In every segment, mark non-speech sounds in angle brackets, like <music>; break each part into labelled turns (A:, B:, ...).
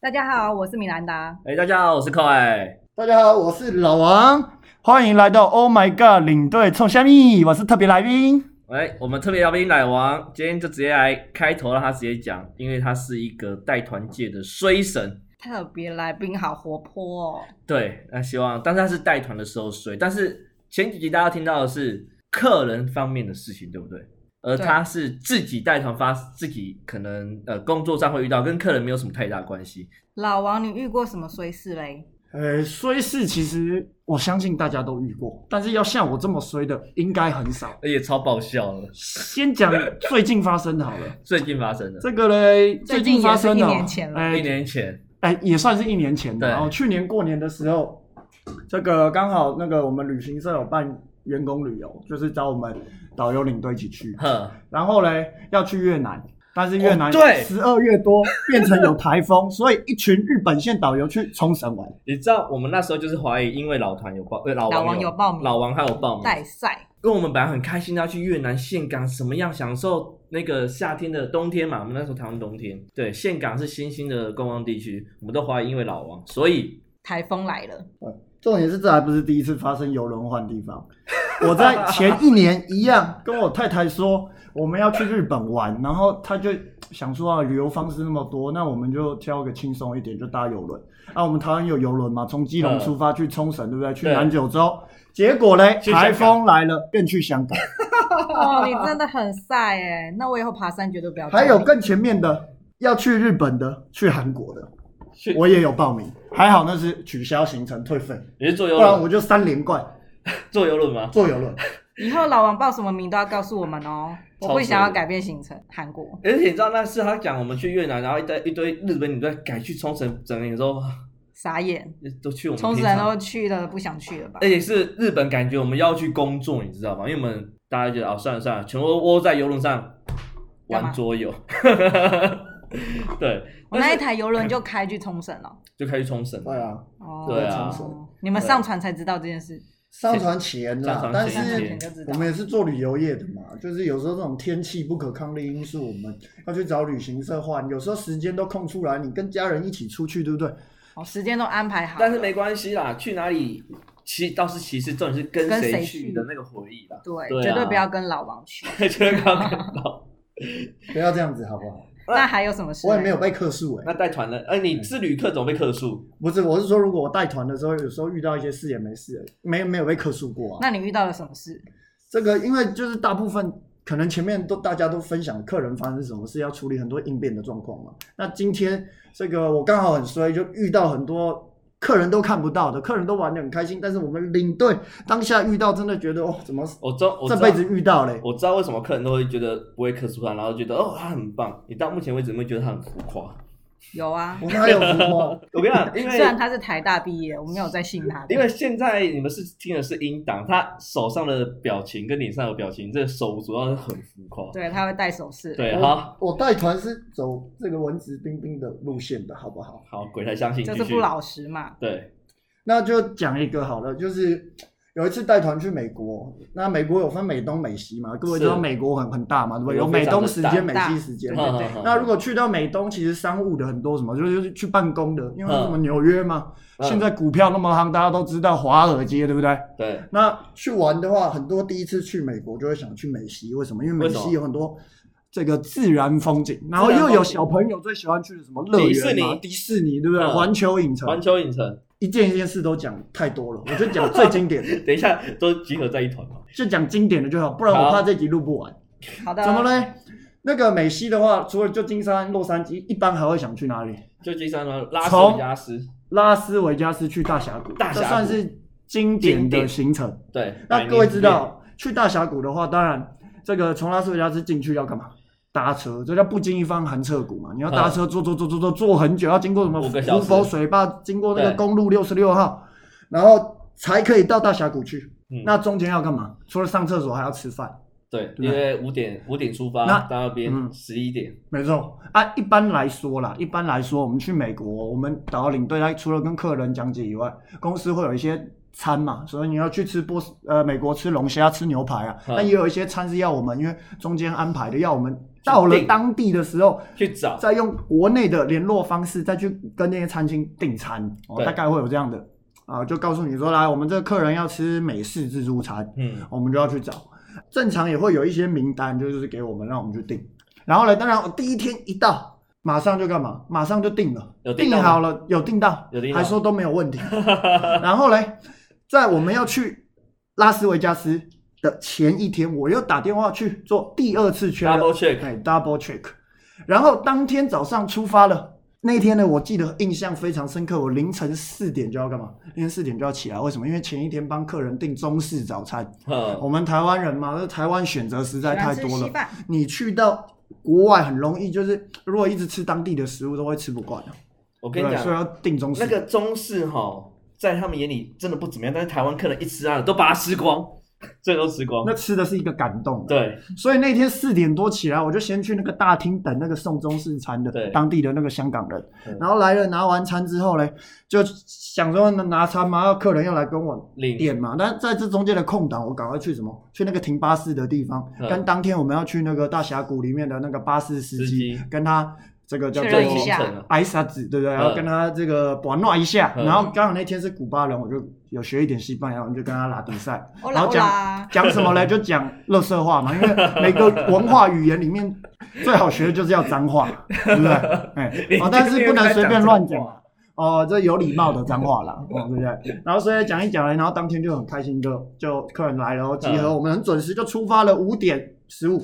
A: 大家好，我是米兰达。
B: 哎、大家好，我是 Koi。
C: 大家好，我是老王，欢迎来到 Oh My God 领队冲虾米，我是特别来宾。
B: 哎，我们特别嘉宾奶王，今天就直接来开头，让他直接讲，因为他是一个带团界的衰神。
A: 特别来宾好活泼哦，
B: 对，那希望，但是他是带团的时候衰，但是前几集大家听到的是客人方面的事情，对不对？而
A: 对
B: 他是自己带团发，自己可能呃工作上会遇到，跟客人没有什么太大关系。
A: 老王，你遇过什么衰事嘞？
C: 呃，衰事其实我相信大家都遇过，但是要像我这么衰的应该很少。
B: 而且超爆笑了，
C: 先讲最近发生的好了，
B: 最近发生的，
C: <laughs> 这个嘞，
A: 最
C: 最
A: 近
C: 近
A: 也
C: 发
A: 是
C: 生的
A: 一
C: 哦，
A: 年前了
C: 哎
B: 一年前，
C: 哎，也算是一年前的。
B: 对
C: 然后去年过年的时候，这个刚好那个我们旅行社有办员工旅游，就是找我们导游领队一起去。
B: 呵，
C: 然后嘞要去越南，但是越南
B: 哦对
C: 十二月多变成有台 <laughs> 风，所以一群日本线导游去冲绳玩。
B: 你知道我们那时候就是怀疑，因为老团有报，呃，老
A: 老王
B: 王
A: 有报名
B: 老王还有报名，
A: 带赛
B: 因为我们本来很开心的要去越南岘港，什么样享受那个夏天的冬天嘛？我们那时候台湾冬天，对，岘港是新兴的观光地区，我们都怀疑因为老王，所以
A: 台风来了，
C: 重点是这还不是第一次发生游轮换地 <laughs> 方，我在前一年一样跟我太太说我们要去日本玩，然后她就想说啊旅游方式那么多，那我们就挑个轻松一点，就搭游轮。啊，我们台湾有游轮嘛，从基隆
B: 嗯
C: 出发去冲绳，对不对？去
B: 对
C: 南九州，结果嘞
B: 去香港
C: 台风来了，便去香港。
A: 哦， <laughs> 你真的很晒哎。那我以后爬山绝对不要找你。
C: 还有更前面的，要去日本的，去韩国的，
A: <laughs>
B: 去
C: 我也有报名，还好那是取消行程退费，
B: 你是坐游
C: 不然我
B: 轮，
C: 就三连冠
B: 坐游轮吗？
C: 坐游轮。
A: 以后老王报什么名都要告诉我们哦，我
B: 超
A: 会
B: 衰
A: 想要
B: 的
A: 改变行程。韩国
B: 而且你知道那次他讲我们去越南，然后一堆一堆日本女在改去冲绳，整个你说哇
A: 傻眼，
B: 都去我们
A: 冲
B: 平
A: 绳哦
B: 常
A: 都去了，不想去了吧
B: 而？且是日本，感觉我们要去工作，你知道吗？因为我们大家觉得啊、哦，算了算了，全部窝在游轮上
A: 干嘛
B: 玩桌游， <laughs> 对，
A: 我那一台游轮就开去冲绳了。
B: 就开始冲绳。
C: 对啊，
A: 哦，
B: 对啊
C: 冲绳
A: 你们
B: 对
A: 上船才知道这件事，
C: 上船前啦，
B: 上船
C: 但
B: 前
A: 上船前
C: 是
A: 就知道
C: 我。们也是做旅游业的嘛，就是有时候这种天气不可抗力因素，我们要去找旅行社换，有时候时间都空出来，你跟家人一起出去，对不对？
A: 哦，时间都安排好了，
B: 但是没关系啦，去哪里其实倒是其次，重点是跟
A: 跟谁
B: 谁
A: 去
B: 去的那个回忆
A: <laughs>
B: 啦。
A: 对，
B: 对啊
A: 绝对不要跟老王去。
B: 就刚刚看
A: <laughs>
B: 到，
C: 不要这样子好不好？
A: 那还有什么事？
C: 我也没有被客诉哎、
B: 那带团的，哎、你是旅客总被客诉，
C: 不是，我是说如果我带团的时候，有时候遇到一些事也没事，没没有被客诉过啊。
A: 那你遇到了什么事？
C: 这个因为就是大部分可能前面都大家都分享客人发生什么事，要处理很多应变的状况嘛。那今天这个我刚好很衰，就遇到很多客人都看不到的，客人都玩得很开心，但是我们领队当下遇到，真的觉得哦，怎么
B: 我知道，我知
C: 这
B: 道
C: 辈子遇到嘞？
B: 我知道为什么客人都会觉得不会客诉他，然后觉得哦他很棒。你到目前为止有没有觉得他很浮夸？
A: 有啊，
C: 我哪有福报？
B: <laughs> 我跟
A: <laughs>
B: 你讲，因
A: 虽然
B: 为
A: 他是台大毕业，我没有在信他的，
B: 因为现在你们是听的是音档，他手上的表情跟脸上的表情，这个手主要是很浮夸。
A: 对他会戴首饰。
B: 对，好
C: 我我带团是走这个文质彬彬的路线的，好不好？
B: 好鬼才相信，
A: 就
B: 继
A: 是
B: 续
A: 不老实嘛。
B: 对，
C: 那就讲一个好了，就是有一次带团去美国，那美国有分美东、美西嘛，各位知道
B: 是
C: 美国很很大嘛，对不对？
B: 美
C: 有
B: 国
C: 美东时间、
A: 非
C: 美
A: 常地
C: 西时间
A: 对。
B: 好
A: 大
B: 好
A: 对
B: 好
C: 那如果去到美东，其实商务的很多什么，就是去办公的，因为
B: 嗯
C: 什么纽约嘛，
B: 嗯
C: 现在股票那么夯，大家都知道华尔街，对不对？
B: 对
C: 那去玩的话，很多第一次去美国就会想去美西，为什么？因为
B: 为
C: 美
B: 什么
C: 西有很多这个自然风景，然后又有小朋友最喜欢去的什么乐
B: 迪士
C: 园嘛
B: 尼，
C: 迪士尼，对不对？
B: 嗯
C: 环球影城，
B: 环球影城，
C: 一件一件事都讲太多了，我就讲最经典的，
B: <laughs> 等一下都集合在一团嘛。
C: 就讲经典的就好，不然我怕这集录不完。
A: 好的，
C: 怎么嘞？那个美西的话，除了旧金山、洛杉矶，一般还会想去哪里？
B: 旧金山吗？拉斯维加斯，
C: 拉斯维加斯去大峡谷，
B: 大峡谷
C: 这算是经典的行程。
B: 对。
C: 那各位知，道，去大峡谷的话，当然这个从拉斯维加斯进去要干嘛？搭车，这叫不经一方寒彻骨嘛。你要搭车坐坐坐坐坐坐很久，要经过什么
B: 五个小
C: 胡
B: 时
C: 佛水坝，经过那个
B: 对
C: 公路六十六号，然后才可以到大峡谷去。
B: 嗯
C: 那中间要干嘛？除了上厕所，还要吃饭。
B: 对，
C: 对
B: 因为五点五点出发
C: 那，
B: 到那边
C: 嗯
B: 十一点，
C: 没错啊，一般来说啦，一般来说，我们去美国，我们导游领队他除了跟客人讲解以外，公司会有一些餐嘛，所以你要去吃波斯呃美国吃龙虾、吃牛排啊，
B: 嗯
C: 但也有一些餐是要我们因为中间安排的，要我们到了
B: 订
C: 当地的时候，
B: 去找，
C: 再用国内的联络方式再去跟那些餐厅订餐，哦，
B: 对
C: 大概会有这样的啊，就告诉你说，来，我们这个客人要吃美式自助餐，
B: 嗯，
C: 我们就要去找。正常也会有一些名单，就是给我们让我们去订。然后呢，当然我第一天一到，马上就干嘛？马上就订了，
B: 有订
C: 订
B: 到吗
C: 好了，有订到，
B: 有订到
C: 还说都没有问
B: <laughs>
C: 题。然后嘞，在我们要去拉斯维加斯的前一天，我又打电话去做第二次确认
B: Double check
C: 哎，double check。然后当天早上出发了。那一天呢，我记得印象非常深刻。我凌晨四点就要干嘛？凌晨四点就要起来，为什么？因为前一天帮客人订中式早餐，
B: 呵
C: 我们台湾人嘛，那台湾选择实在太
A: 喜
C: 多
A: 欢吃
C: 了
A: 稀。饭，
C: 你去到国外很容易，就是如果一直吃当地的食物，都会吃不惯的。
B: 我跟你
C: 对，啊
B: 讲
C: 所以，要订中式。
B: 那个中式哈，在他们眼里真的不怎么样，但是台湾客人一吃啊，都把它吃光， <laughs> 这都吃光。
C: 那吃的是一个感动。啊
B: 对，
C: 所以那天四点多起来，我就先去那个大厅等那个送中式餐的
B: 对
C: 当地的那个香港人
B: 嗯，
C: 然后来了拿完餐之后嘞，就想说拿餐嘛，要客人要来跟我
B: 领
C: 点嘛，但在这中间的空档，我赶快去什么？去那个停巴士的地方，
B: 嗯
C: 跟当天我们要去那个大峡谷里面的那个巴士司
B: 司
C: 机
B: 机，
C: 跟他这个叫
A: 确
C: 做
A: 认一
B: 行
A: 下
B: 程啊，
C: 挨沙子，对不
B: 嗯
C: 对？然后跟他这个玩闹一下，
B: 嗯
C: 然后刚好那天是古巴人，我就有学一点西班牙，我们就跟他拉比赛，
A: 欧
C: 然
A: 啦
C: 后
A: 欧
C: 讲
A: 啦，
C: 讲什么嘞？就讲乐色话嘛，因为每个文化语言里面最好学的就是要脏话，对不对？哎、
B: 你
C: 哦，但是不能随便乱讲
B: 这个
C: 啊。哦，这有礼貌的脏话啦，哦，对不对？然后所以讲一讲嘞，然后当天就很开心，就就客人来了哦，集合，
B: 嗯
C: 我们很准时就出发了，五点十五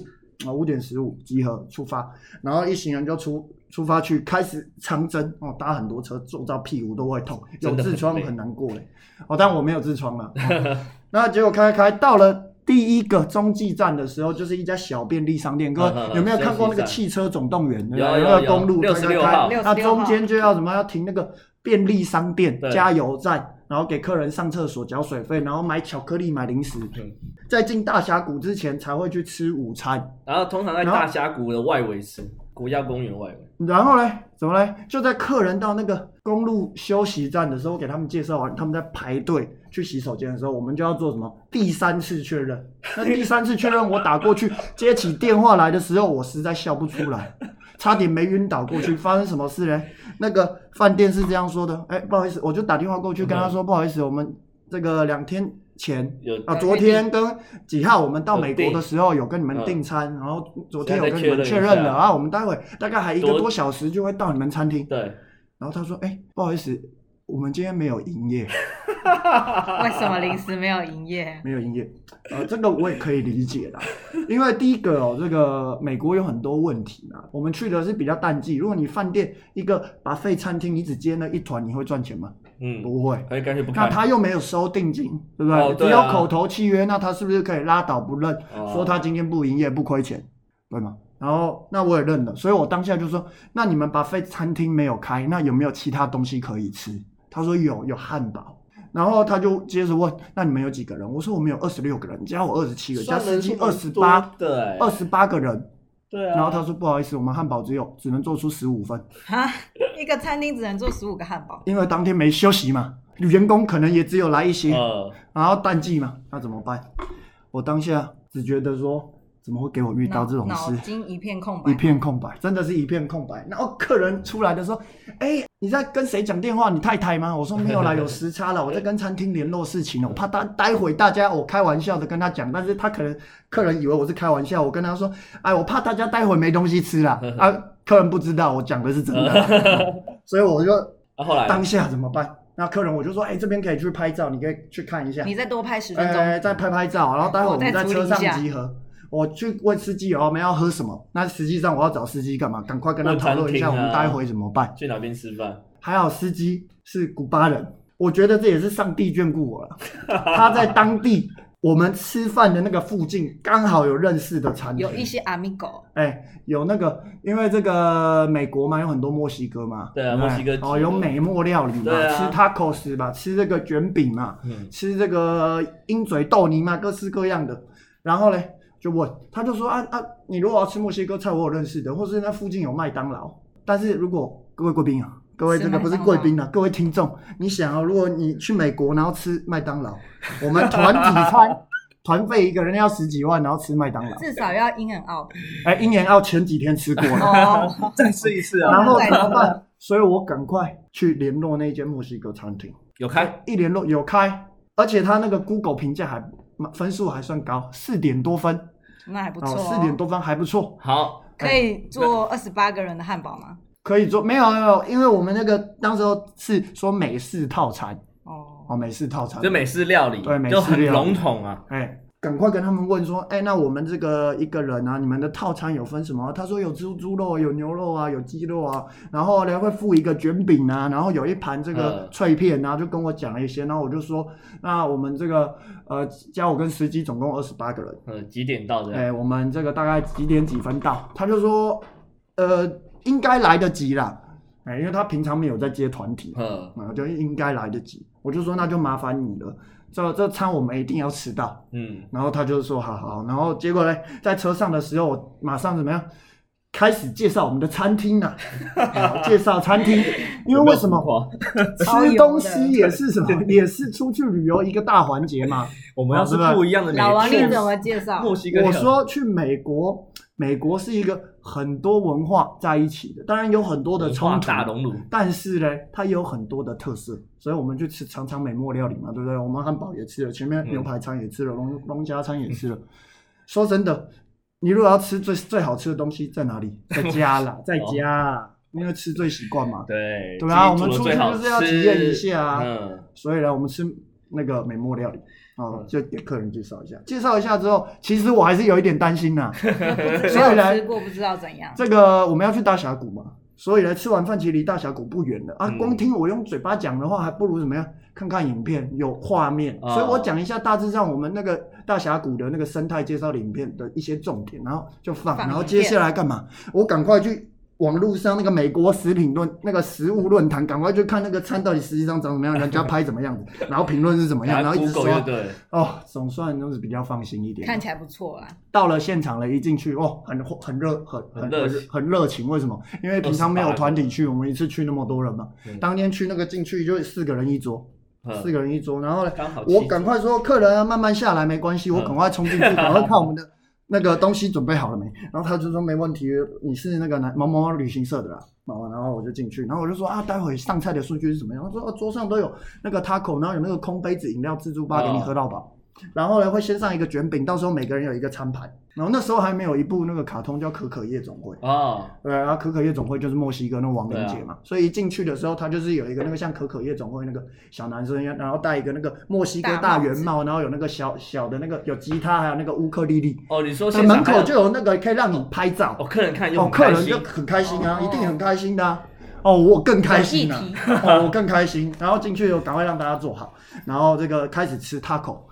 C: 啊，五点十五集合出发，然后一行人就出出发去开始长征哦，搭很多车，坐到屁股都会痛，有
B: 真的很
C: 痔疮
B: 累
C: 很难过嘞。哦，但我没有痔
B: <laughs>
C: 疮了。哦那结果开开到了第一个中继站的时候，就是一家小便利商
B: 嗯
C: 店。
B: 嗯
C: 哥
B: 嗯
C: 有没有看过那
B: 休息
C: 个
B: 站
C: 汽车总动员？对
B: 有
C: 吧
B: 有
C: 那个
B: 有
C: 公路开开
B: 66
C: 开
B: 号
C: 那
A: 66
C: 中间就要什么？要停那个便利商店、
B: 对
C: 加油站，然后给客人上厕所、缴水费，然后买巧克力、买零食。
B: 嗯
C: 在进大峡谷之前才会去吃午餐。
B: 然后通常在
C: 然后
B: 大峡谷的外围吃，国家公园外围。
C: 然后嘞，怎么嘞？就在客人到那个公路休息站的时候，给他们介绍完，他们在排队去洗手间的时候，我们就要做什么？第三次确认。那第三次确认，我打过去接起电话来的时候，我实在笑不出来，差点没晕倒过去。发生什么事嘞？那个饭店是这样说的：哎，不好意思，我就打电话过去跟他说，不好意思，我们这个两天前
B: 有
C: 啊，昨天跟几号我们到
B: 有
C: 美国
B: 订
C: 的时候有跟你们
B: 呃嗯
C: 订餐，然后昨天有
B: 现在再
C: 跟你们
B: 确
C: 确
B: 认一
C: 认了
B: 下
C: 啊，我们待会大概还一个
B: 多
C: 多小时就会到你们餐厅。
B: 对，
C: 然后他说：“哎、不好意思，我们今天没有
B: <laughs>
C: 营业，
A: 为什么临时没有营业？
C: 没有营业。”呃，这个我也可以理解啦，因为第一个哦，这个美国有很多问题嘛，我们去的是比较淡季，如果你饭店一个把费餐厅，你只接那一团，你会赚钱吗？
B: 嗯，
C: 不会。
B: 可以干脆不
C: 那
B: 看。
C: 他又没有收定金，对不对？
B: 哦对
C: 只有
B: 啊
C: 口头契约，那他是不是可以拉倒不认，
B: 哦
C: 说他今天不营业不亏钱，对吗？然后那我也认了，所以我当下就说，那你们把费餐厅没有开，那有没有其他东西可以吃？他说有，有汉堡。然后他就接着问，那你们有几个人？我说我们有二十六个人，加我二十七个，加
B: 算
C: 司
B: 人数
C: 机
B: 蛮
C: 二十八，
B: 多的欸
C: 二十八个人。
B: 对啊。
C: 然后他说不好意思，我们汉堡只有只能做出十五份。
A: 哈，一个餐厅只能做十五个汉堡，
C: 因为当天没休息嘛，员工可能也只有来一些，
B: 呃，
C: 然后淡季嘛，那怎么办？我当下只觉得说，怎么会给我遇到这种
A: 脑
C: 事
A: 脑？筋一片空白
C: 一。片空白，真的是一片空白。然后客人出来的时候，哎、你在跟谁讲电话？你太太吗？我说没有啦，有时差了，我在跟餐厅联络事情了。我怕待待会大家我开玩笑的跟他讲，但是他可能客人以为我是开玩笑，我跟他说，哎，我怕大家待会没东西吃啦。啊，客人不知道我讲的是真的啦，所以我就
B: 那啊后来
C: 当下怎么办？那客人我就说，哎、这边可以去拍照，你可以去看一下。
A: 你再多拍十分钟，
C: 哎，再拍拍照，然后待会我们在车上集合。我去问司机哦，我们要喝什么？那实际上我要找司机干嘛？赶快跟他讨论一下，我
B: 问餐厅啊
C: 们待会怎么办？
B: 去哪边吃饭？
C: 还好司机是古巴人，我觉得这也是上帝眷
A: <laughs>
C: 顾我了。他在当地我们吃饭的那个附近，刚好有认识的餐厅，
A: 有一些 amigo，
C: 哎、有那个，因为这个美国嘛，有很多墨西哥嘛，
B: 对啊
C: 不
B: 墨西哥籍的
C: 哦，有美墨料理嘛，
B: 对啊
C: 吃 tacos 嘛，吃这个卷饼嘛，
B: 嗯
C: 吃这个鹰嘴豆泥嘛，各式各样的。然后嘞，就问，他就说啊啊，你如果要吃墨西哥菜，我有认识的，或是那附近有麦当劳。但是如果各位贵宾啊，各位
A: 吃
C: 这个
A: 麦
C: 不是
A: 当
C: 贵
A: 劳
C: 宾啊，各位听众，你想啊，如果你去美国然后吃麦当劳，我们团体餐。团费一个人要十几万，然后吃麦当劳。
A: 至少要 in and out。
C: 哎，鹰眼澳前几天吃过了， <laughs>
A: 哦，
D: 再试一次啊！
C: 然后怎么办？所以我赶快去联络那间墨西哥餐厅，
B: 有开
C: 一联络有开，而且他那个 Google 评价还分数还算高，四点多分，
A: 那还不
C: 哦，
A: 错、
C: 四点，多分还不错，
B: 好，
A: 可以做二十八个人的汉堡吗？
C: 可以做。没有没有，因为我们那个当时候是说美式套餐
A: 哦，
C: 哦，美式套餐
B: 就，美式料理，
C: 对美式
B: 就很
C: 料理
B: 笼统啊。
C: 哎。赶快跟他们问说，哎，那我们这个一个人啊，你们的套餐有分什么？他说有猪猪肉，有牛肉啊，有鸡肉啊，然后呢会附一个卷饼啊，然后有一盘这个
B: 嗯
C: 脆片啊，就跟我讲了一些，然后我就说，那我们这个呃，加我跟司机总共二十八个人，
B: 呃，几点到这
C: 哎、
B: 样？
C: 我们这个大概几点几分到？他就说，呃，应该来得及啦，哎、因为他平常没有在接团体，
A: 嗯
B: 呃，
C: 啊、就应该来得及。我就说那就麻烦你了，这这餐我们一定要吃到。
B: 嗯，
C: 然后他就说好好，然后结果呢，在车上的时候，我马上怎么样？开始介绍我们的餐
A: <laughs>
C: 厅呐、啊，介绍餐厅，因为为什么
B: 有没有浮夸？
A: 超油的
C: 吃东西也是什么， <laughs> 也是出去旅游一个大环节嘛。
B: 我们要是
C: 好对吧
B: 不一样的美
A: 老王你
B: 式
A: 怎么介
C: <laughs>
A: 绍？
B: 墨西哥料
C: 啊我
B: 理，
C: 说去美国，美国是一个很多文化在一起的，当然有很多的
B: 文
C: 冲
B: 化
C: 突，
B: 大熔炉，
C: 但是呢，它也有很多的特色，所以我们去吃尝尝美墨料理嘛，对不对？我们汉堡也吃了，前面
B: 嗯
C: 牛排餐也吃了，龙龙虾餐也吃了。说真的，你如果要吃最最好吃的东西在哪里？在家啦，
B: <laughs>
C: 在
B: 哦
C: 家啊，因为吃最习惯嘛。
B: 对
C: 对啊
B: 自己
C: 我们
B: 煮
C: 出
B: 的最
C: 去
B: 好
C: 就是要
B: 吃
C: 体验一下啊
B: 嗯，
C: 所以呢，我们吃那个美墨料理。哦，就给客人介绍一下，介绍一下之后，其实我还是有一点担心呐、
A: 没
C: 所以呢
A: 有吃过，不知道怎样。
C: 这个我们要去大峡谷嘛，所以呢，吃完饭其实离大峡谷不远了啊。
B: 嗯
C: 光听我用嘴巴讲的话，还不如怎么样？看看影片有画面，
B: 啊
C: 所以我讲一下大致上我们那个大峡谷的那个生态介绍的影片的一些重点，然后就放，
A: 放
C: 然后
A: 影
C: 接
A: 片
C: 下来干嘛？我赶快去网络上那个美国食品论那个食物论坛，赶快去看那个餐到底实际上长什么样，人家拍怎么样子，然后评论是怎么
B: <laughs>
C: 样，
B: 然
C: 然
B: 后
C: 后一直
B: 哎 Google 就
C: 说
B: 对了，
C: 哦，总算就是比较放心一点。
A: 看起来不错啊啦，
C: 到了现场了，一进去哦，很很热，很
B: 很
C: 很
B: 热
C: 很
B: 情
C: 很热情。为什么？因为平常没有团体去，我们一次去那么多人嘛。
B: 嗯
C: 当天去那个进去就四个人一桌，
B: 嗯
C: 四个人一桌。然后呢，
B: 刚好七
C: 我赶快说客人啊，慢慢下来，没关系，我
B: 嗯
C: 赶快冲进去，赶快看我们
B: <laughs>
C: 的那个东西准备好了没。然后他就说没问题，你是那个哪毛毛旅行社的啦。哦，然后我就进去，然后我就说啊，待会上菜的顺序是怎么样？他说、哦桌上都有那个 taco，然后有那个空杯子饮料自助吧
B: 嗯
C: 给你喝到饱。然后呢，会先上一个卷饼，到时候每个人有一个餐盘。然后那时候还没有一部那个卡通叫《可可夜总会》，
B: 哦，
C: 对，然后可可夜总会就是墨西哥那亡灵节嘛，所以一进去的时候，他就是有一个那个像可可夜总会那个小男生一样，然后戴一个那个墨西哥大圆帽，然后有那个小小的那个有吉他，还有那个乌克丽丽，
B: 哦，你说
C: 在
B: 现场
C: 门
B: 还
C: 口
B: 有
C: 就有那个可以让你拍照，
B: 哦，客人看又
C: 哦，
B: 很
C: 客
B: 开
C: 人
B: 心
C: 就，很开心啊，
A: 哦
C: 一定很开心的啊、哦，我更开心了、
A: 有议题
C: 哦，我更开心。 <laughs> 然后进去又赶快让大家做好，然后这个开始吃 taco。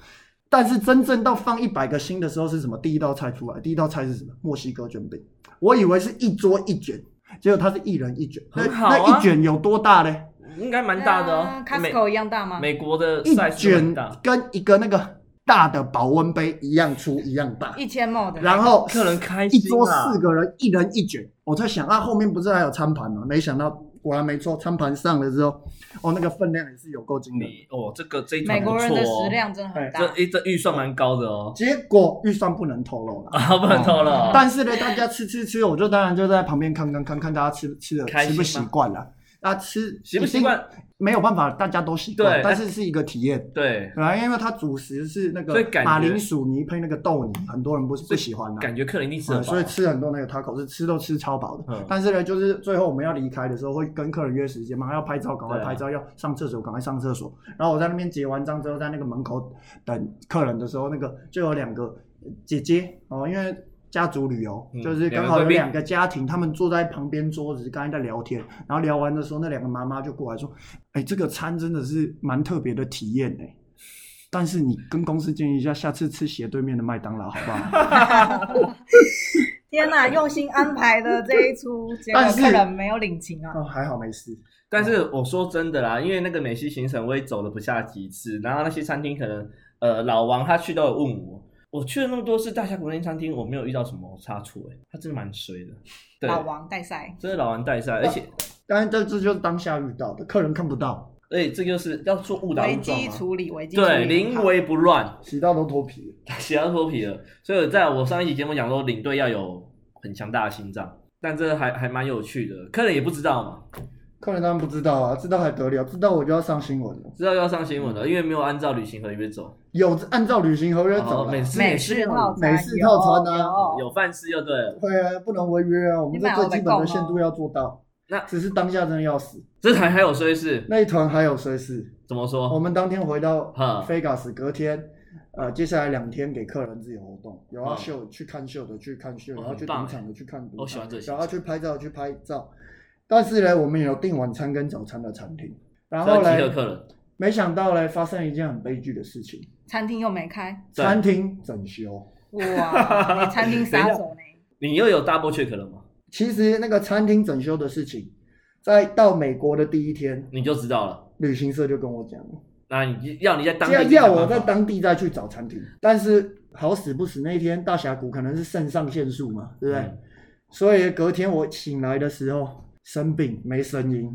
C: 但是真正到放一百个心的时候是什么？第一道菜出来，第一道菜是什么？墨西哥卷饼。我以为是一桌一卷，结果它是一人一卷。那
B: 很好啊
C: 那一卷有多大呢？
B: 应该蛮大的哦
A: 那。Costco 嗯啊一样大吗？
B: 美美国的
C: 一
B: size 就很
C: 卷
B: 大，
C: 跟一个那个大的保温杯一样粗一样大。
A: 一千毛的，
C: 然后
B: 客人开
C: 一
B: 心
C: 桌
B: 啊
C: 四个人，一人一卷。我在想啊，后面不是还有餐盘吗？没想到果然没错，餐盘上了之后，哦，那个分量也是有够惊人。
B: 你哦，这个这一团
A: 美
B: 不
A: 国人
B: 错
A: 的
B: 哦
A: 食，量真的很大。
B: 这一这预算蛮高的哦， <laughs>
C: 结果预算不能透露了。
B: 啊，不能偷了哦，
A: 嗯
C: 但是呢，大家吃吃吃，我就当然就在旁边看看看看大家吃吃的
B: 开心
C: 吃
B: 吗
C: 不习惯了。啊，吃
B: 习不习惯？
C: 没有办法，大家都习
B: 对，
C: 惯但是是一个体验。
B: 对，
C: 本来因为它主食是那
B: 所以
C: 个
B: 感觉
C: 马铃薯泥配那个豆泥，很多人不是不喜欢的、
B: 感觉客人一定吃
C: 嗯
B: 得
C: 所以
B: 饱。
C: 吃很多那个 taco 是吃都吃超饱的。
B: 嗯
C: 但是呢，就是最后我们要离开的时候，会跟客人约时间嘛，要拍照
B: 啊
C: 赶快拍照，要上厕所赶快上厕所。然后我在那边结完账之后，在那个门口等客人的时候，那个就有两个姐姐哦，因为。家族旅游
B: 嗯
C: 就是刚
B: 两
C: 好
B: 个
C: 有
B: 贵宾
C: 两个家庭，他们坐在旁边桌子，刚才在聊天，然后聊完的时候，那两个妈妈就过来说：“哎、这个餐真的是蛮特别的体验哎、但是你跟公司建议一下，下次吃斜对面的麦当劳好不好？”
A: 天哪，用心安排的这一
C: <laughs>
A: 出，结果
C: 但是
A: 客人没有领
B: <laughs>
A: 情啊！
C: 哦，还好没事。
B: 但是我说真的啦，因为那个美西行程我也走了不下几次，然后那些餐厅可能，呃，老王他去都有问我，我去了那么多次大峡谷那间餐厅，我没有遇到什么差错，哎，他真的蛮衰的，对，
A: 老王带赛，
B: 真的老王带赛，而且
C: 当然这这就是当下遇到的，客人看不到，
B: 而且这就是要做误打误
A: 危
B: 撞
A: 机
C: 啊
B: 嘛。
A: 处理，危机处理
B: 对，临危不乱， <laughs>
C: 洗到都脱皮了。
B: 洗到脱皮了。所以在我上一期节目讲说，领队要有很强大的心脏，但这还还蛮有趣的。客人也不知道嘛，
C: 客人当然不知道啊，知道还得了？知道我就要上新闻了。
B: 知道要上新闻了，因为没有按照旅行合约走，
C: 有按照旅行合约
B: 然后
C: 走
B: 每
C: 的，
B: 次
A: 美
B: 每次
A: 式套餐，
C: 美式套餐啊
A: 有有
B: 有饭吃就对了。
C: 会啊，不能违约啊，我们
A: 你
C: 这
A: 买
C: 最
A: 我
C: 基
A: 没
C: 本的
A: 空
C: 限度
A: 哦
C: 要做到。
B: 那
C: 只是当下真的要死，
B: 这台还有衰事，
C: 那一团还有谁是？
B: 怎么
C: 我
B: 说？
C: 们当天回到
B: 哦哈
C: Vegas，隔天，呃，接下来两天给客人自由活动，有要
B: 嗯
C: 秀去看秀的去看秀，
B: 哦
C: 然后
B: 很
C: 去
B: 棒
C: 赌
B: 欸
C: 场的去看赌
B: 我喜
C: 场
B: 欢这，些
C: 然后去拍照去拍照。但是呢，我们有订晚餐跟早餐的餐厅，然
B: 这
C: 后
B: 集合
C: 呢，
B: 客人，
C: 没想到呢发生一件很悲剧的事情，
A: 餐厅又没
C: <laughs>
A: 开，
B: 对
C: 餐厅整修。
A: 哇，你餐厅杀手呢？
B: 你又有 double check 了吗？
C: 其实那个餐厅整修的事情，在到美国的第一天，
B: 你就知道了。
C: 旅行社就跟我讲了，
B: 那你要你在当地
C: 要
B: 去想
C: 要我
B: 办法
C: 在当地再去找餐厅。但是好死不死，那一天大峡谷可能是肾上腺素嘛，对不对？
B: 嗯
C: 所以隔天我醒来的时候生病，没
B: <laughs>
C: 声音，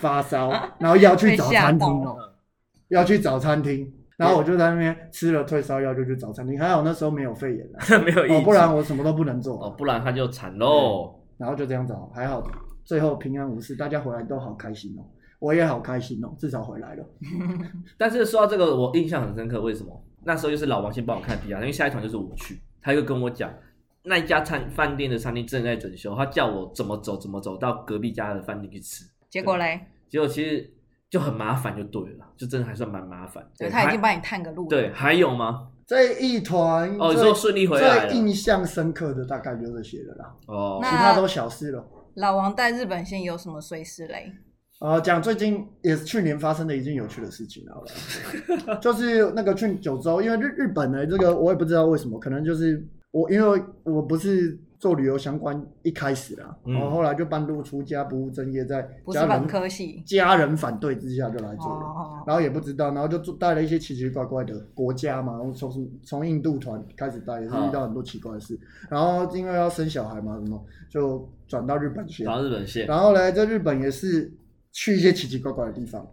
C: 发烧，然后要去找餐厅
A: 被吓
C: 哦，要去找餐厅。然后我就在那边吃了退烧药，就去找餐厅。还好那时候没有肺炎啊
B: <laughs> 没有意
C: 哦，
B: 思，
C: 不然我什么都不能
B: 哦，
C: 做。
B: 不然他就惨喽。
C: 然后就这样找，还好最后平安无事，大家回来都好开心哦，我也好开心哦，至少回来了。
B: 但是说到这个，我印象很深刻，为什么？那时候就是老王先帮我看比亚，因为下一团就是我去，他就跟我讲，那一家餐饭店的餐厅正在整修，他叫我怎么走怎么走到隔壁家的饭店去吃，
A: 结果嘞，
B: 结果其实就很麻烦，就对了，就真的还算蛮麻烦。
A: 就是他已经
B: 还
A: 帮你探个路了，
B: 对，还有吗？
C: 嗯这一团
B: 哦，你
C: 最
B: 说顺利回来
C: 最
B: 了
C: 印象深刻的大概就这些了啦，
B: 哦，
A: 那
C: 其他都小事了。
A: 老王带日本线有什么碎事嘞？
C: 呃，讲最近也是去年发生的一件有趣的事情好
B: <laughs>
C: 了，就是那个去九州，因为日日本呢，这个我也不知道为什么，可能就是我因为我不是做旅游相关一开始啦，
B: 嗯
C: 然后后来就半路出家不务正业，在
A: 不
C: 家
A: 是本
C: 人
A: 科系
C: 家人反对之下就来做了。
A: 哦，
C: 然后也不知道，然后就做带了一些奇奇怪怪的国家嘛，然后从从印度团开始带，也是遇到很多奇怪的事。然后因为要生小孩嘛，什么就转到日本去。
B: 然后日本线，
C: 然后呢，在日本也是去一些奇奇怪怪的
B: <laughs>
C: 地方，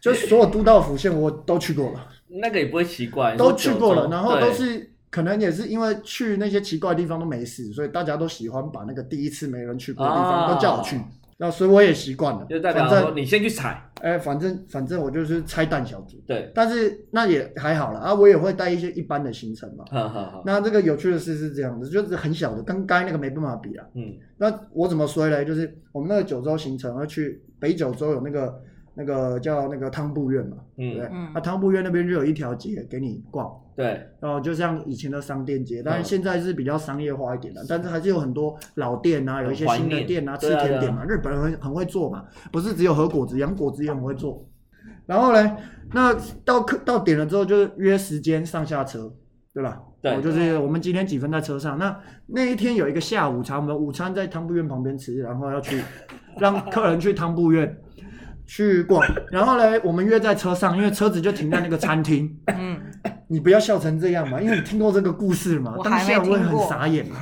C: 就所有都道府县我都去过了，
B: 那个也不会奇怪，
C: 都
B: 你说
C: 去
B: 九
C: 过了，
B: 州
C: 然后都
B: 对
C: 是。可能也是因为去那些奇怪的地方都没事，所以大家都喜欢把那个第一次没人去过的地方
B: 啊
C: 都叫我去，那所以我也习惯了。
B: 就代表
C: 反
B: 说
C: 正
B: 你先去踩，
C: 哎、反正反正我就是拆弹小组，
B: 对，
C: 但是那也还好啦，啊，我也会带一些一般的行程嘛。
B: 哈哈哈，
C: 那这个有趣的事是这样子，就是很小的，跟该那个没办法比啊。
B: 嗯，
C: 那我怎么说嘞？就是我们那个九州行程会去北九州有那个那个叫那个汤布院嘛，对不对？
B: 嗯，
A: 嗯
C: 那、汤布院那边就有一条街给你逛，
B: 对，
C: 然后哦就像以前的商店街，但
B: 嗯
C: 是现在是比较商业化一点的，但是还是有很多老店啊，有一些
B: 怀
C: 新的
B: 念
C: 店啊，吃
B: 对啊
C: 甜点嘛，日本人很很会做嘛，不是只有和果子，洋果子也很会做。然后呢，那到客到点了之后，就是约时间上下车，对吧？
B: 对
C: 我就是我们今天几分在车上。那那一天有一个下午茶，我们午餐在汤布院旁边吃，然后要去让客人去汤布院去逛。然后呢，我们约在车上，因为车子就停在那个餐厅。
A: 嗯，
C: 你不要笑成这样嘛，因为你听过这个故事嘛，
A: 我
C: 当
A: 还没
C: 下我也很
A: 听过
C: 傻眼嘛。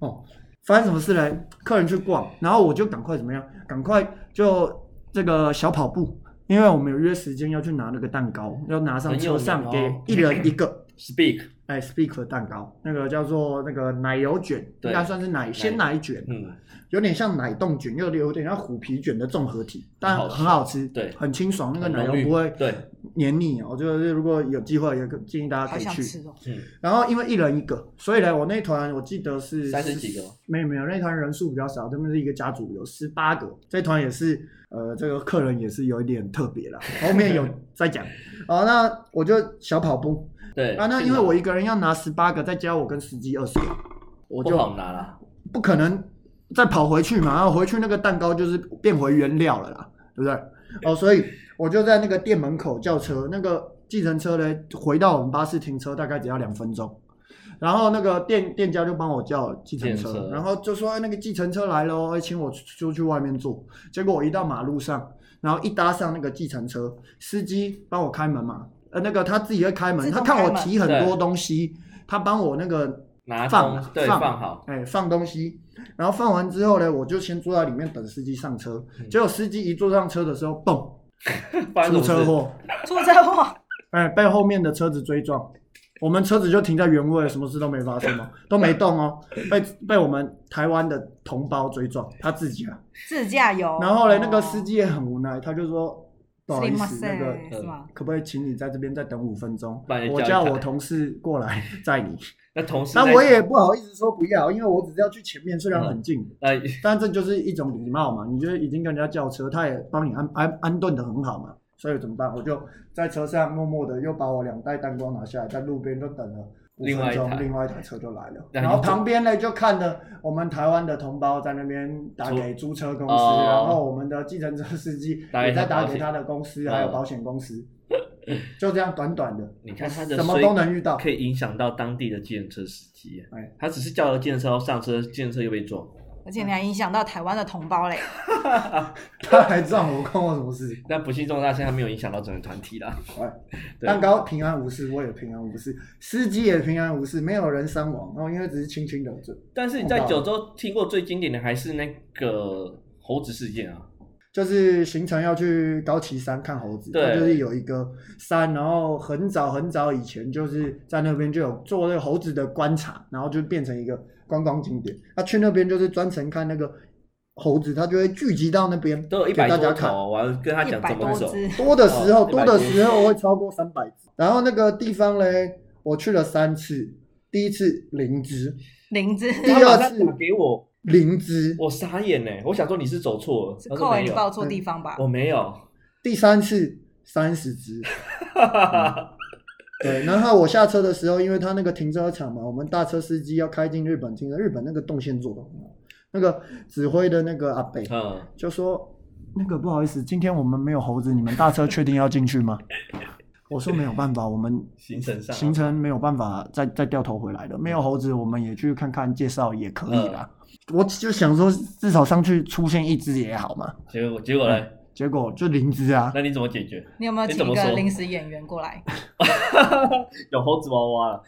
C: 哦，发生什么事嘞？客人去逛，然后我就赶快怎么样？赶快就这个小跑步，因为我们有约时间要去拿那个蛋糕，要拿上
B: 很有
C: 车上
B: 名
C: 给
B: 哦
C: 一人一个。
B: Speak，
C: 哎，Speak 的蛋糕，那个叫做那个奶油卷，
B: 对
C: 应该算是奶鲜奶卷，
B: 嗯，
C: 有点像奶冻卷，又有点像虎皮卷的综合体，但
B: 很好吃
C: 很好吃，
B: 对
C: 很清爽，那个
B: 很
C: 奶
B: 浓郁
C: 油不会
B: 对，
C: 黏腻哦。就是如果有机会，也建议大家
A: 好
C: 可以
A: 想
C: 去。
A: 吃哦，
B: 嗯，
C: 然后因为一人一个，所以呢，我那一团我记得是
B: 三十几个吗，
C: 没有没有，那一团人数比较少，他们是一个家族有十八个，这团也是呃这个客人也是有一点特别
B: <laughs>
C: 啦，后面有再讲。好，那我就小跑步
B: 对
C: 啊，那因为我一个人要拿十八个，再加我跟司机二十个，我
B: 我
C: 就
B: 就好拿啦，
C: 不可能再跑回去嘛，然后回去那个蛋糕就是变回原料了啦，对不对？哦，所以我就在那个店门口叫车，那个计程车呢回到我们巴士停车大概只要两分钟，然后那个店店家就帮我叫计程车，
B: 计程车
C: 然后就说、哎、那个计程车来喽，哎请我出出去外面坐。结果我一到马路上，然后一搭上那个计程车，司机帮我开门嘛，呃那个他自己会开门，
A: 自
C: 他
A: 动
C: 看我
A: 开门
C: 提很多
B: 对
C: 东西，他帮我那个
B: 拿
C: 放
B: 东对
C: 放
B: 放
C: <laughs>
B: 好，
C: 哎、放东西，然后放完之后呢，我就先坐在里面等司机上车。结果司机一坐上车的时候，嘣，
B: 嗯发生
C: 出
B: 什么
C: 车
B: 事
C: 祸，
A: 出车祸，
C: 哎，被后面的车子追撞，我们车子就停在原位，什么事都没发生哦，都没动哦，被被我们台湾的同胞追撞，他自己啊。
A: 自驾游。哦
C: 然后嘞，那个司机也很无奈，他就说不好意思，那个呃
A: 是吗？
C: 可不可以请你在这边再等五分钟
B: 把你？
C: 我
B: 叫
C: 叫
B: 一台
C: 我同事过来 <laughs> 载你。
B: 那同事在，
C: 那
B: <laughs>
C: 我也不好意思说不要，因为我只是要去前面，虽然很近，
B: 呃
C: 但这就是一种礼貌嘛。你就是已经跟人家叫车，他也帮你安安安顿的很好嘛，所以怎么办？我就在车上默默的又把我两袋蛋光拿下来，在路边就等了。
B: 另外一台
C: 另外一台车就来了，
B: 那你
C: 然后
B: 就
C: 旁边呢就看着我们台湾的同胞在那边打给租车公司，
B: 哦
C: 然后我们的计程车司机
B: 打给
C: 也
B: 他
C: 在打
B: 保
C: 给
B: 险
C: 他的公司，还有
B: 嗯
C: 保险公司，就这样短短的，
B: 你看他的
C: 什么
B: 衰
C: 都能遇到，
B: 可以影响到当地的建车司机
C: 哎。
B: 他只是叫了建车上车，建车又被撞。
A: 而且你还影响到台湾的同胞嘞，
C: 他还撞我，关我什么事？
B: 但不幸中的大幸，他没有影响到整个团体啦。
C: 哎
B: 对
C: 蛋糕平安无事，我也平安无事，司机也平安无事，没有人伤亡。然后因为只是轻轻的就
B: 但是你在九州听过最经典的还是那个猴子事件啊，
C: 就是行程要去高崎山看猴子，
B: 对
C: 它就是有一个山，然后很早很早以前就是在那边就有做那个猴子的观察，然后就变成一个观光景点。他、去那边就是专程看那个猴子，他就会聚集到那边
B: 都有一
C: 给
B: 百
C: 大
B: 多
C: 家看。
B: 头，完了跟他
A: 一
B: 讲
A: 百
B: 怎么
A: 多
B: 走。
A: 只，
C: 多的时候，
B: 哦
C: 多的时候会超过三百只。然后那个地方嘞，我去了三次，第一次零只，
A: 零只。
C: 第
B: <laughs> 他
C: 二
B: 马上
C: 次
B: 打给我，
C: 零只，
B: 我傻眼呢，我想说你是走错了，
A: 是
B: 他
A: 扣
B: 说
A: 欸
B: 没
A: 你
B: 有，嗯
A: 报错地方吧？
B: 我没有。
C: 第三次三十只。嗯对，然后我下车的时候，因为他那个停车场嘛，我们大车司机要开进日本停车，日本那个动线做的很好，那个指挥的那个阿北
B: <laughs> 嗯，
C: 就说：“那个不好意思，今天我们没有猴子，你们大车确定要进去吗？” <laughs> 我说：“没有办法，我们
B: 行程上啊
C: 行程没有办法再再掉头回来的，没有猴子，我们也去看看介绍也可以啦。我就想说，至少上去出现一只也好嘛。
B: 结果结果 <laughs> 呢？
C: 结果就零只啊，
B: 那你怎么解决？
A: 你有没有
B: 你
A: 请
B: 怎
A: 一
B: 么
A: 个
B: 说
A: 临时演员过来？
B: 有猴子娃娃了。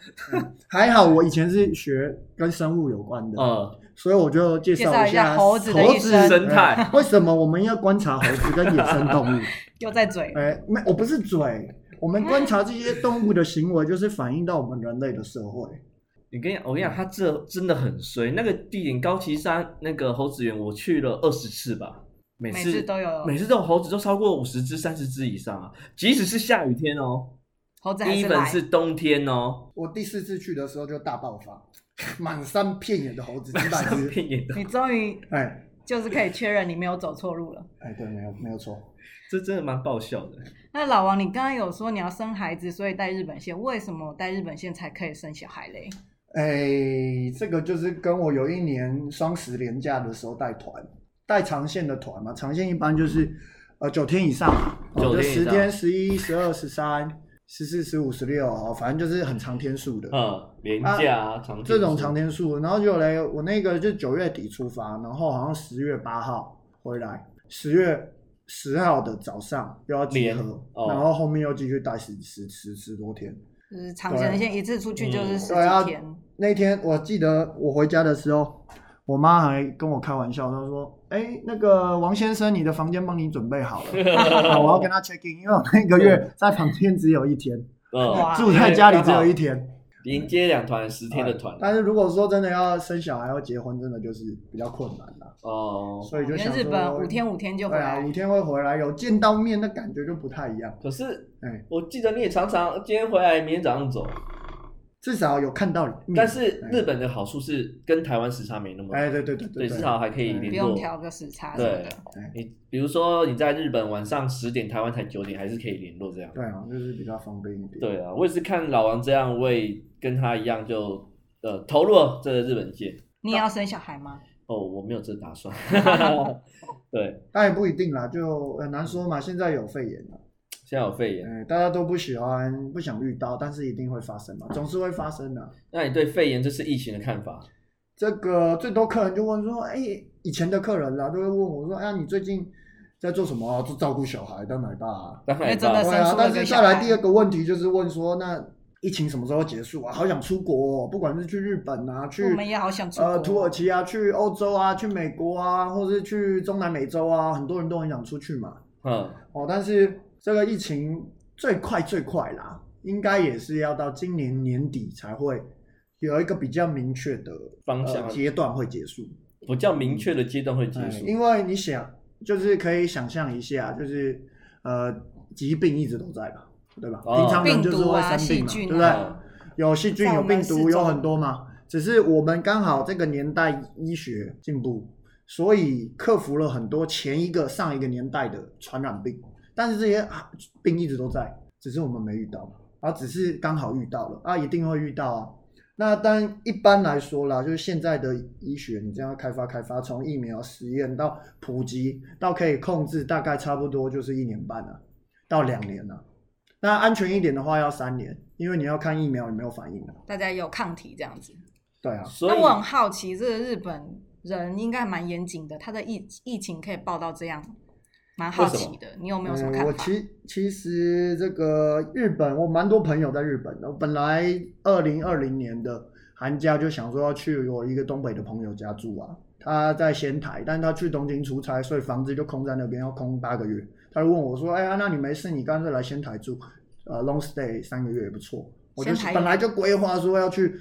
C: 还好我以前是学跟生物有关的，
B: 嗯，
C: 所以我就介绍
A: 介绍一下猴
C: 猴
A: 子
C: 子
A: 的一生
B: 生态
C: 哎为什么我们要观察猴子跟野生动
B: <laughs>
C: 物？
A: 又在嘴，
C: 哎，没，我不是嘴，我们观察这些动物的行为，就是反映到我们人类的社会。
B: 你跟你讲我跟你讲，他这真的很衰。那个地点高崎山那个猴子园，我去了二十次吧，每
A: 每
B: 次
A: 次都有
B: 每次这种猴子都超过五十只、三十只以上啊！即使是下雨天哦，
A: 猴子还
B: 一
A: 是
B: 本
A: 来，
B: 是冬天哦，
C: 我第四次去的时候就大爆发，满山遍野的猴子，几百
B: 上
C: 只。
B: 片也都，
A: 你终于
C: 哎
A: 就是可以确认你没有走错路了。
C: 哎，对，没有没有错。
B: 这真的蛮爆笑的。
A: 那老王，你刚刚有说你要生孩子，所以带日本线，为什么带日本线才可以生小孩嘞？
C: 哎，这个就是跟我有一年双十连假的时候带团，带长线的团嘛，长线一般就是呃九天以上嘛，哦
B: 九
C: 就
B: 天以
C: 十
B: 上
C: 天、十一、十二、十三、十四、十五、十六，哦反正就是很长天数的。
B: 嗯，廉价啊，长天
C: 这种
B: 数
C: 长天数，然后就嘞，我那个就九月底出发，然后好像十月八号回来，十月十号的早上又要集
B: 连
C: 合，
B: 哦
C: 然后后面又继续带十十十十多天。
A: 就是长城
B: 嗯
A: 线一次出去就是十
C: 对啊
A: 几天，
C: 那天我记得我回家的时候，我妈还跟我开玩笑，她说：“哎、那个王先生，你的房间帮你准备好了，
B: <laughs>
C: 我要跟他 check in，因为我那个月在房间只有一天，
A: 哇
B: 嗯，
C: <laughs> 住在家里只有一天。哎
B: 连接两团十天的团
C: 但是如果说真的要生小孩要结婚，真的就是比较困难了、
B: 哦。
C: 所以啊就
A: 因
C: 想
A: 为日
C: 说
A: 本五天五天就回
C: 对
A: 来
C: 啊，
A: 了，
C: 五天会回来，有见到面的感觉就不太一样。
B: 可是
C: 哎、
B: 我记得你也常常今天回来，明天早上走。
C: 至少有看到面。
B: 但是日本的好处是跟台湾时差没那么
C: 哎、对对
B: 对，
C: 对
B: 啊
C: 对啊
B: 至少还可以
A: 不
B: 联
A: 用
B: 络。
A: 调个时差什么
B: 对
A: 的。
C: 哎，
B: 你比如说你在日本晚上十点，台湾才九点，还是可以联络这样。
C: 对啊，就是比较方便一点。
B: 对啊，我也是看老王这样，我也跟他一样就呃投入了这个日本界。
A: 你也要生小孩吗？
B: 哦，我没有这打算。 <laughs> 对，
C: 但也不一定啦，就很难说嘛。现在有肺炎了，
B: 现在有肺炎，
C: 哎，大家都不喜欢、不想遇到，但是一定会发生嘛，总是会发生的。
B: 那你对肺炎这次疫情的看法？
C: 这个最多客人就问说，哎，以前的客人啦，都会问我说，哎呀，你最近在做什么啊？就照顾小孩当奶爸啊。
B: 当然
A: 因为真的
B: 吧
C: 对
A: 生
C: 啊
A: 出，了
C: 但
A: 个
C: 是
A: 小
C: 再来
A: 孩
C: 第二个问题就是问说，那疫情什么时候结束啊？好想出国、哦，不管是去日本啊，去
A: 我们也好想出
C: 呃土
A: 国
C: 耳，其啊，去欧洲啊，去美国啊，或是去中南美洲啊，很多人都很想出去嘛。
B: 嗯，
C: 哦，但是这个疫情最快最快啦，应该也是要到今年年底才会有一个比较明确的
B: 方向
C: 呃阶段会结束。
B: 不叫明确的阶段会结
C: 哎
B: 束，
C: 因为你想，就是可以想象一下，就是呃，疾病一直都在吧，对吧？
B: 哦
C: 平常人就是
A: 病毒
C: 会
A: 啊
C: 生病嘛，
A: 细菌啊
C: 对不对？
B: 嗯
C: 有细菌、
A: 在
C: 有
A: 我们
C: 病毒、
A: 四周
C: 有很多嘛。只是我们刚好这个年代医学进步，所以克服了很多前一个、上一个年代的传染病，但是这些啊病一直都在，只是我们没遇到，啊，只是刚好遇到了，啊，一定会遇到啊。那但一般来说啦，就是现在的医学，你这样开发开发，从疫苗实验到普及到可以控制，大概差不多就是一年半了、啊到两年啊了、那安全一点的话要三年，因为你要看疫苗有没有反应啊。
A: 大家有抗体这样子。
C: 对啊，
B: 所
A: 那
B: 以
A: 我很好奇，这个日本人应该蛮严谨的，他的疫疫情可以报到这样，蛮好奇的。你有没有什么
C: 嗯
A: 看
C: 我
A: 法？
C: 其其实这个日本，我蛮多朋友在日本的。我本来二零二零年的寒假就想说要去我一个东北的朋友家住啊，他在仙台，但他去东京出差，所以房子就空在那边，要空八个月。他就问我说：“哎、呀，那你没事，你干脆来仙台住，呃，long stay 三个月也不错。”我就
A: 仙台
C: 本来就规划说要去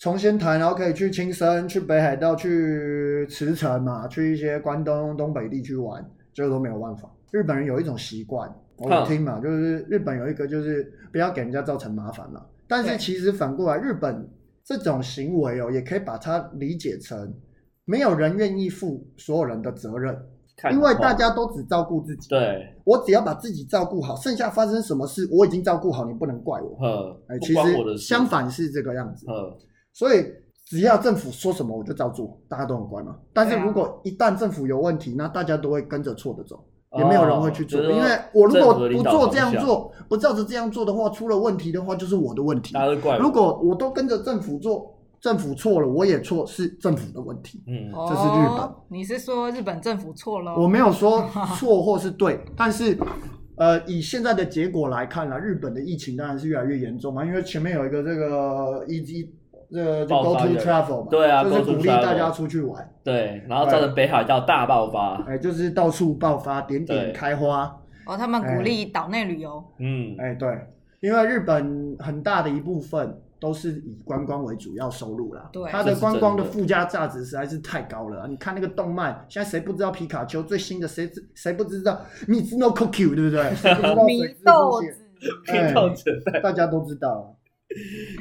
C: 从仙台，然后可以去青森、去北海道、去茨城嘛，去一些关东、东北地区玩，结果都没有办法。日本人有一种习惯，我
B: 啊
C: 有听嘛，就是日本有一个就是不要给人家造成麻烦嘛。但是
A: 对
C: 其实反过来，日本这种行为哦，也可以把它理解成没有人愿意负所有人的责任，
B: 看
C: 因为
B: 的话
C: 大家都只照顾自己。
B: 对，
C: 我只要把自己照顾好，剩下发生什么事我已经照顾好，你不能怪我。
B: 呃，
C: 哎，
B: 不
C: 其
B: 关我的
C: 实
B: 事
C: 相，反是这个样子。
B: 呃，
C: 所以只要政府说什么，我就照做，大家都很乖嘛。但是
A: 对啊
C: 如果一旦政府有问题，那大家都会跟着错的走，也没有人会去做，
B: 哦就是
C: 因
B: 说
C: 为我如果
B: 政府领
C: 不
B: 导
C: 做这样
B: 方向
C: 做，不照着这样做的话，出了问题的话就是我的问题
B: 大。家都怪我，
C: 如果我都跟着政府做，政府错了，我也错，是政府的问题。
B: 嗯，
C: 这是日本
A: 哦。你是说日本政府错了？
C: 我没有说错或是对，但是呃，以现在的结果来看呢，日本的疫情当然是越来越严重啊嘛，因为前面有一个这个一一这个就
B: 爆
C: go
B: 发
C: to
B: 的
C: travel 嘛，
B: 对啊
C: 就是
B: go to
C: 鼓励大
B: travel
C: 家出去玩，
B: 对，然后造成北海道大爆发，
C: 哎，就是到处爆发，点点
B: 对
C: 开花，
A: 哦，他们鼓励岛内旅游。
B: 嗯，
C: 哎，对，因为日本很大的一部分都是以观光为主要收入啦，
A: 对
C: 它
B: 这
C: 的
B: 是
C: 观光的
B: 真的
C: 附加价值实在是太高了啊。你看那个动漫，现在谁不知道皮卡丘最新的谁知谁不知道米兹诺 c o q 对不对？谁不知道水
A: 米
C: 之呼
A: 豆
C: 吸
A: 子，
C: 哎
B: 听到这
C: 大家都知道啊。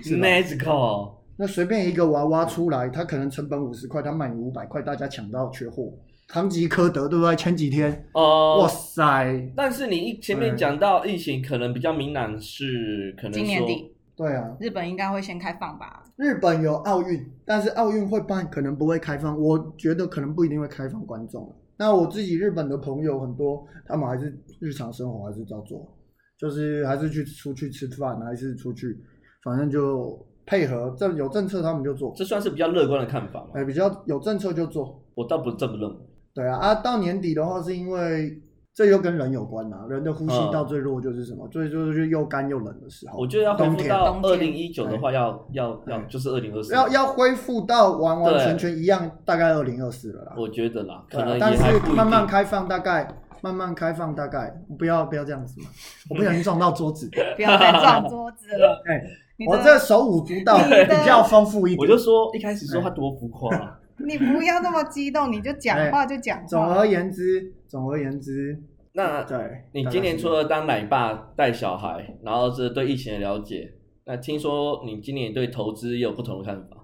C: 是
B: <laughs>
C: 吧
B: magical，
C: 那随便一个娃娃出来，它可能成本五十块，它卖你五百块，大家抢到缺货。堂吉诃德对不对？前几天，
B: 哦，
C: 哇哎塞，
B: 但是你一前面讲到疫情，可能比较明朗是可能
A: 今年底
B: 说，
C: 对啊，
A: 日本应该会先开放吧？
C: 日本有奥运，但是奥运会办可能不会开放，我觉得可能不一定会开放观众。啊那我自己日本的朋友很多，他们还是日常生活还是照做，就是还是去出去吃饭，还是出去，反正就配合政有政策他们就做，
B: 这算是比较乐观的看法嘛？
C: 哎，比较有政策就做，
B: 我倒不这么认为。
C: 对啊，啊，到年底的话，是因为这又跟人有关啦、人的呼吸道最弱就是什么？最就是又干又冷的时候。
B: 嗯我觉得要恢
C: 冬
B: 复
C: 天哎
B: 到二
A: 冬天
B: 零一九的话，要要要就是二零二四，
C: 要要恢复到完完
B: 对
C: 全全一样，大概二零二四了啦。
B: 我觉得啦，
C: 对
B: 可
C: 啊
B: 能
C: 但
B: 也还不
C: 是
B: 一
C: 慢慢
B: 定。
C: 开放，大概慢慢开放，大概不要不要这
B: <laughs>
C: 样子嘛，我不小心撞到桌子。
A: <laughs> 不要再撞桌子了。
C: 哎、
A: 你
C: <laughs> 我
A: 的
C: 这手舞足蹈
A: 你的
C: 比较丰富一
B: 我
C: 点。
B: 就说一开始
C: 哎
B: 说他多浮夸
C: <laughs>
B: 啊，
A: 你不要那么激动，你就讲话就讲
C: 总
A: 话。
C: 而言之，总而言之，
B: 那
C: 对，
B: 你
C: 大概
B: 今年
C: 是
B: 除了当奶爸带小孩，然后是对疫情的了解，那听说你今年对投资也有不同的看法，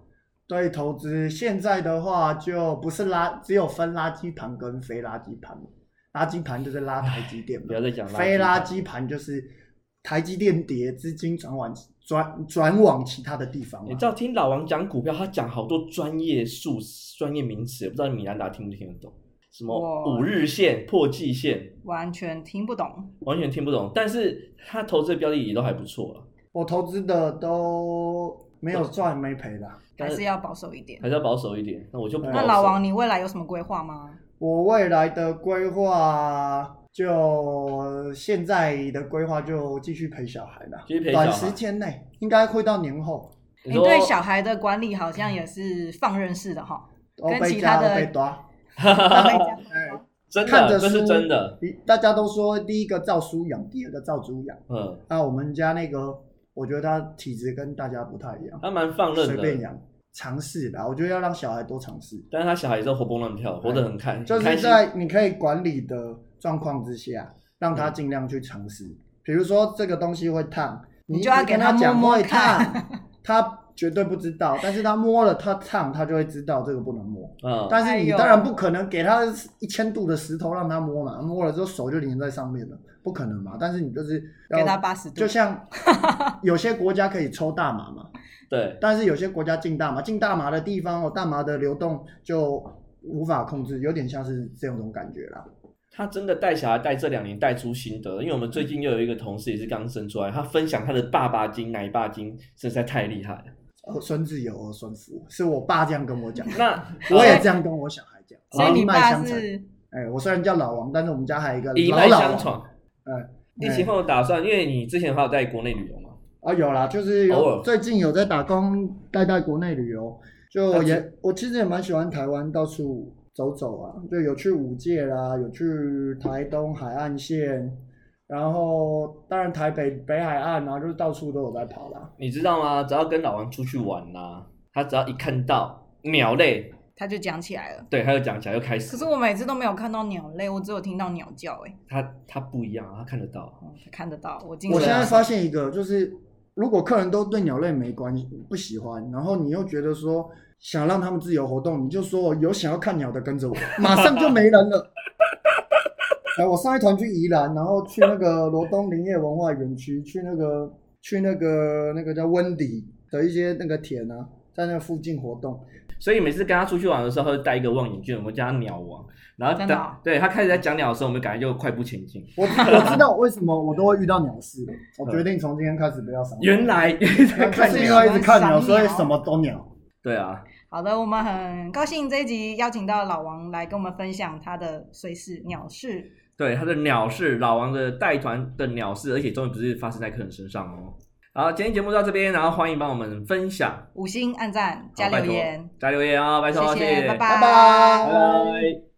C: 对投资现在的话，就不是垃，只有分垃圾盘跟非垃圾盘。垃圾盘就是拉台积电嘛，
B: 不要再讲垃圾
C: 非垃圾盘就是台积电跌，资金转往转转往其他的地方
B: 你
C: 嘛
B: 知。道听老王讲股票，他讲好多专业术语、专业名词，不知道米兰达听不听得懂？什么
A: 哇
B: 五日线、破季线，
A: 完全听不懂，
B: 完全听不懂。但是他投资的标的也都还不错了，
C: 我投资的都没有赚没赔啦。
A: 还是要保守一点
B: 还。是要保守一点。那我就
C: 啊
B: 不保守
A: 那老王，你未来有什么规划吗？
C: 我未来的规划就现在的规划就继续陪小孩啦，
B: 继续陪小
C: 短
B: 孩
C: 时间内应该会到年后。
B: 你
A: 你
B: 说
A: 对小孩的管理
B: <laughs>
A: 好像也是放任式的哈。
C: 我
A: 跟
C: 被
A: 其他
C: 家
A: 的
C: 我被抓。
A: 回家
C: 哎
B: 真
C: 看着
B: 的，
C: 书
B: 这是真的。
C: 一大家都说第一个照书养，第二个照猪养。
B: 嗯，
C: 那我们家那个，我觉得他体质跟大家不太一样，
B: 他蛮放任
C: 随便
B: 的，
C: 养，尝试啦。我觉得要让小孩多尝试，
B: 但是他小孩也是活蹦乱跳，活得很开，
C: 就
B: 很开
C: 是
B: 心
C: 在你可以管理的状况之下，让
B: 嗯
C: 他尽量去尝试。比如说这个东西会烫，
A: 你
C: 你
A: 就要
C: 一直
A: 给
C: 跟
A: 他
C: 他讲
A: 摸摸
C: 会
A: 看
C: 烫，他绝对不知道，但是他摸了他烫，他就会知道这个不能摸。
B: 嗯，
C: 但是
A: 哎
C: 你
A: 呦
C: 当然不可能给他一千度的石头让他摸嘛，摸了之后手就粘在上面了，不可能嘛。但是你就是哎要
A: 给他八十度
C: 就，
A: <laughs>
C: 像有些国家可以抽大麻嘛，
B: 对，
C: 但是有些国家禁大麻，禁大麻的地方哦，大麻的流动就无法控制，有点像是这样种感觉啦。
B: 他真的带小孩带这两年带出心得，因为我们最近又有一个同事也是刚生出来，他分享他的爸爸经、奶爸经，实在太厉害了。
C: 儿哦孙自有儿孙福，是我爸这样跟我讲，
A: <laughs>
B: 那
C: <laughs> 我也这样跟我小孩讲。
A: 所以你
C: 一脉
A: 爸
C: 相承
A: 是
C: 哎，我虽然叫老王，但是我们家还有一个
B: 一
C: 老
B: 脉
C: 老
B: 相
C: 王。
B: 传。
C: 嗯，
B: 你以后有打算，因为你之前还有在国内旅游嘛，
C: 啊，有啦，就是
B: 偶
C: 有
B: 尔
C: 最近有在打工，带带国内旅游，就
B: 那
C: 也我其实也蛮喜欢台湾到处走走啊，就有去五界啦，有去台东海岸线，然后当然台北北海岸啊，就是到处都有在跑啦。
B: 你知道吗？只要跟老王出去玩呐、他只要一看到鸟类，
A: 他就讲起来了。
B: 对，他就讲起来又开
A: 可
B: 始
A: 是。我每次都没有看到鸟类，我只有听到鸟叫、欸，哎、
B: 他他不一样，他看得到。啊
A: 嗯，看得到。我进
C: 我
A: 去
C: 现在
A: 了
C: 发现一个，就是如果客人都对鸟类没关系，不喜欢，然后你又觉得说想让他们自由活动，你就说有想要看鸟的跟着我，马上就没人了。哎，我上一团去宜兰，然后去那个罗东林业文化园区，去那个去那个那个叫温迪的一些那个田啊，在那附近活动。
B: 所以每次跟他出去玩的时候，他就带一个望远镜，我们叫他鸟王。然后
A: 真
B: 等
A: 的哦
B: 对他开始在讲鸟的时候，我们感觉就快步前进。
C: 我我知道为什么我都会遇到鸟事了，我决定从今天开始不要赏鸟，
B: 原来 <laughs>
C: 就是因为一直看鸟，所以什么都鸟。
B: 对啊，
A: 好的，我们很高兴这一集邀请到老王来跟我们分享他的虽事鸟事。
B: 对他的鸟事，老王的带团的鸟事，而且终于不是发生在客人身上哦。好，今天节目到这边，然后欢迎帮我们分享、
A: 五星按赞
B: 好
A: 加
B: 拜
A: 留
B: 托
A: 言，
B: 啊加留言哦，拜托，
A: 谢
B: 谢，
A: 拜
C: 拜
B: 拜
C: 拜
B: 拜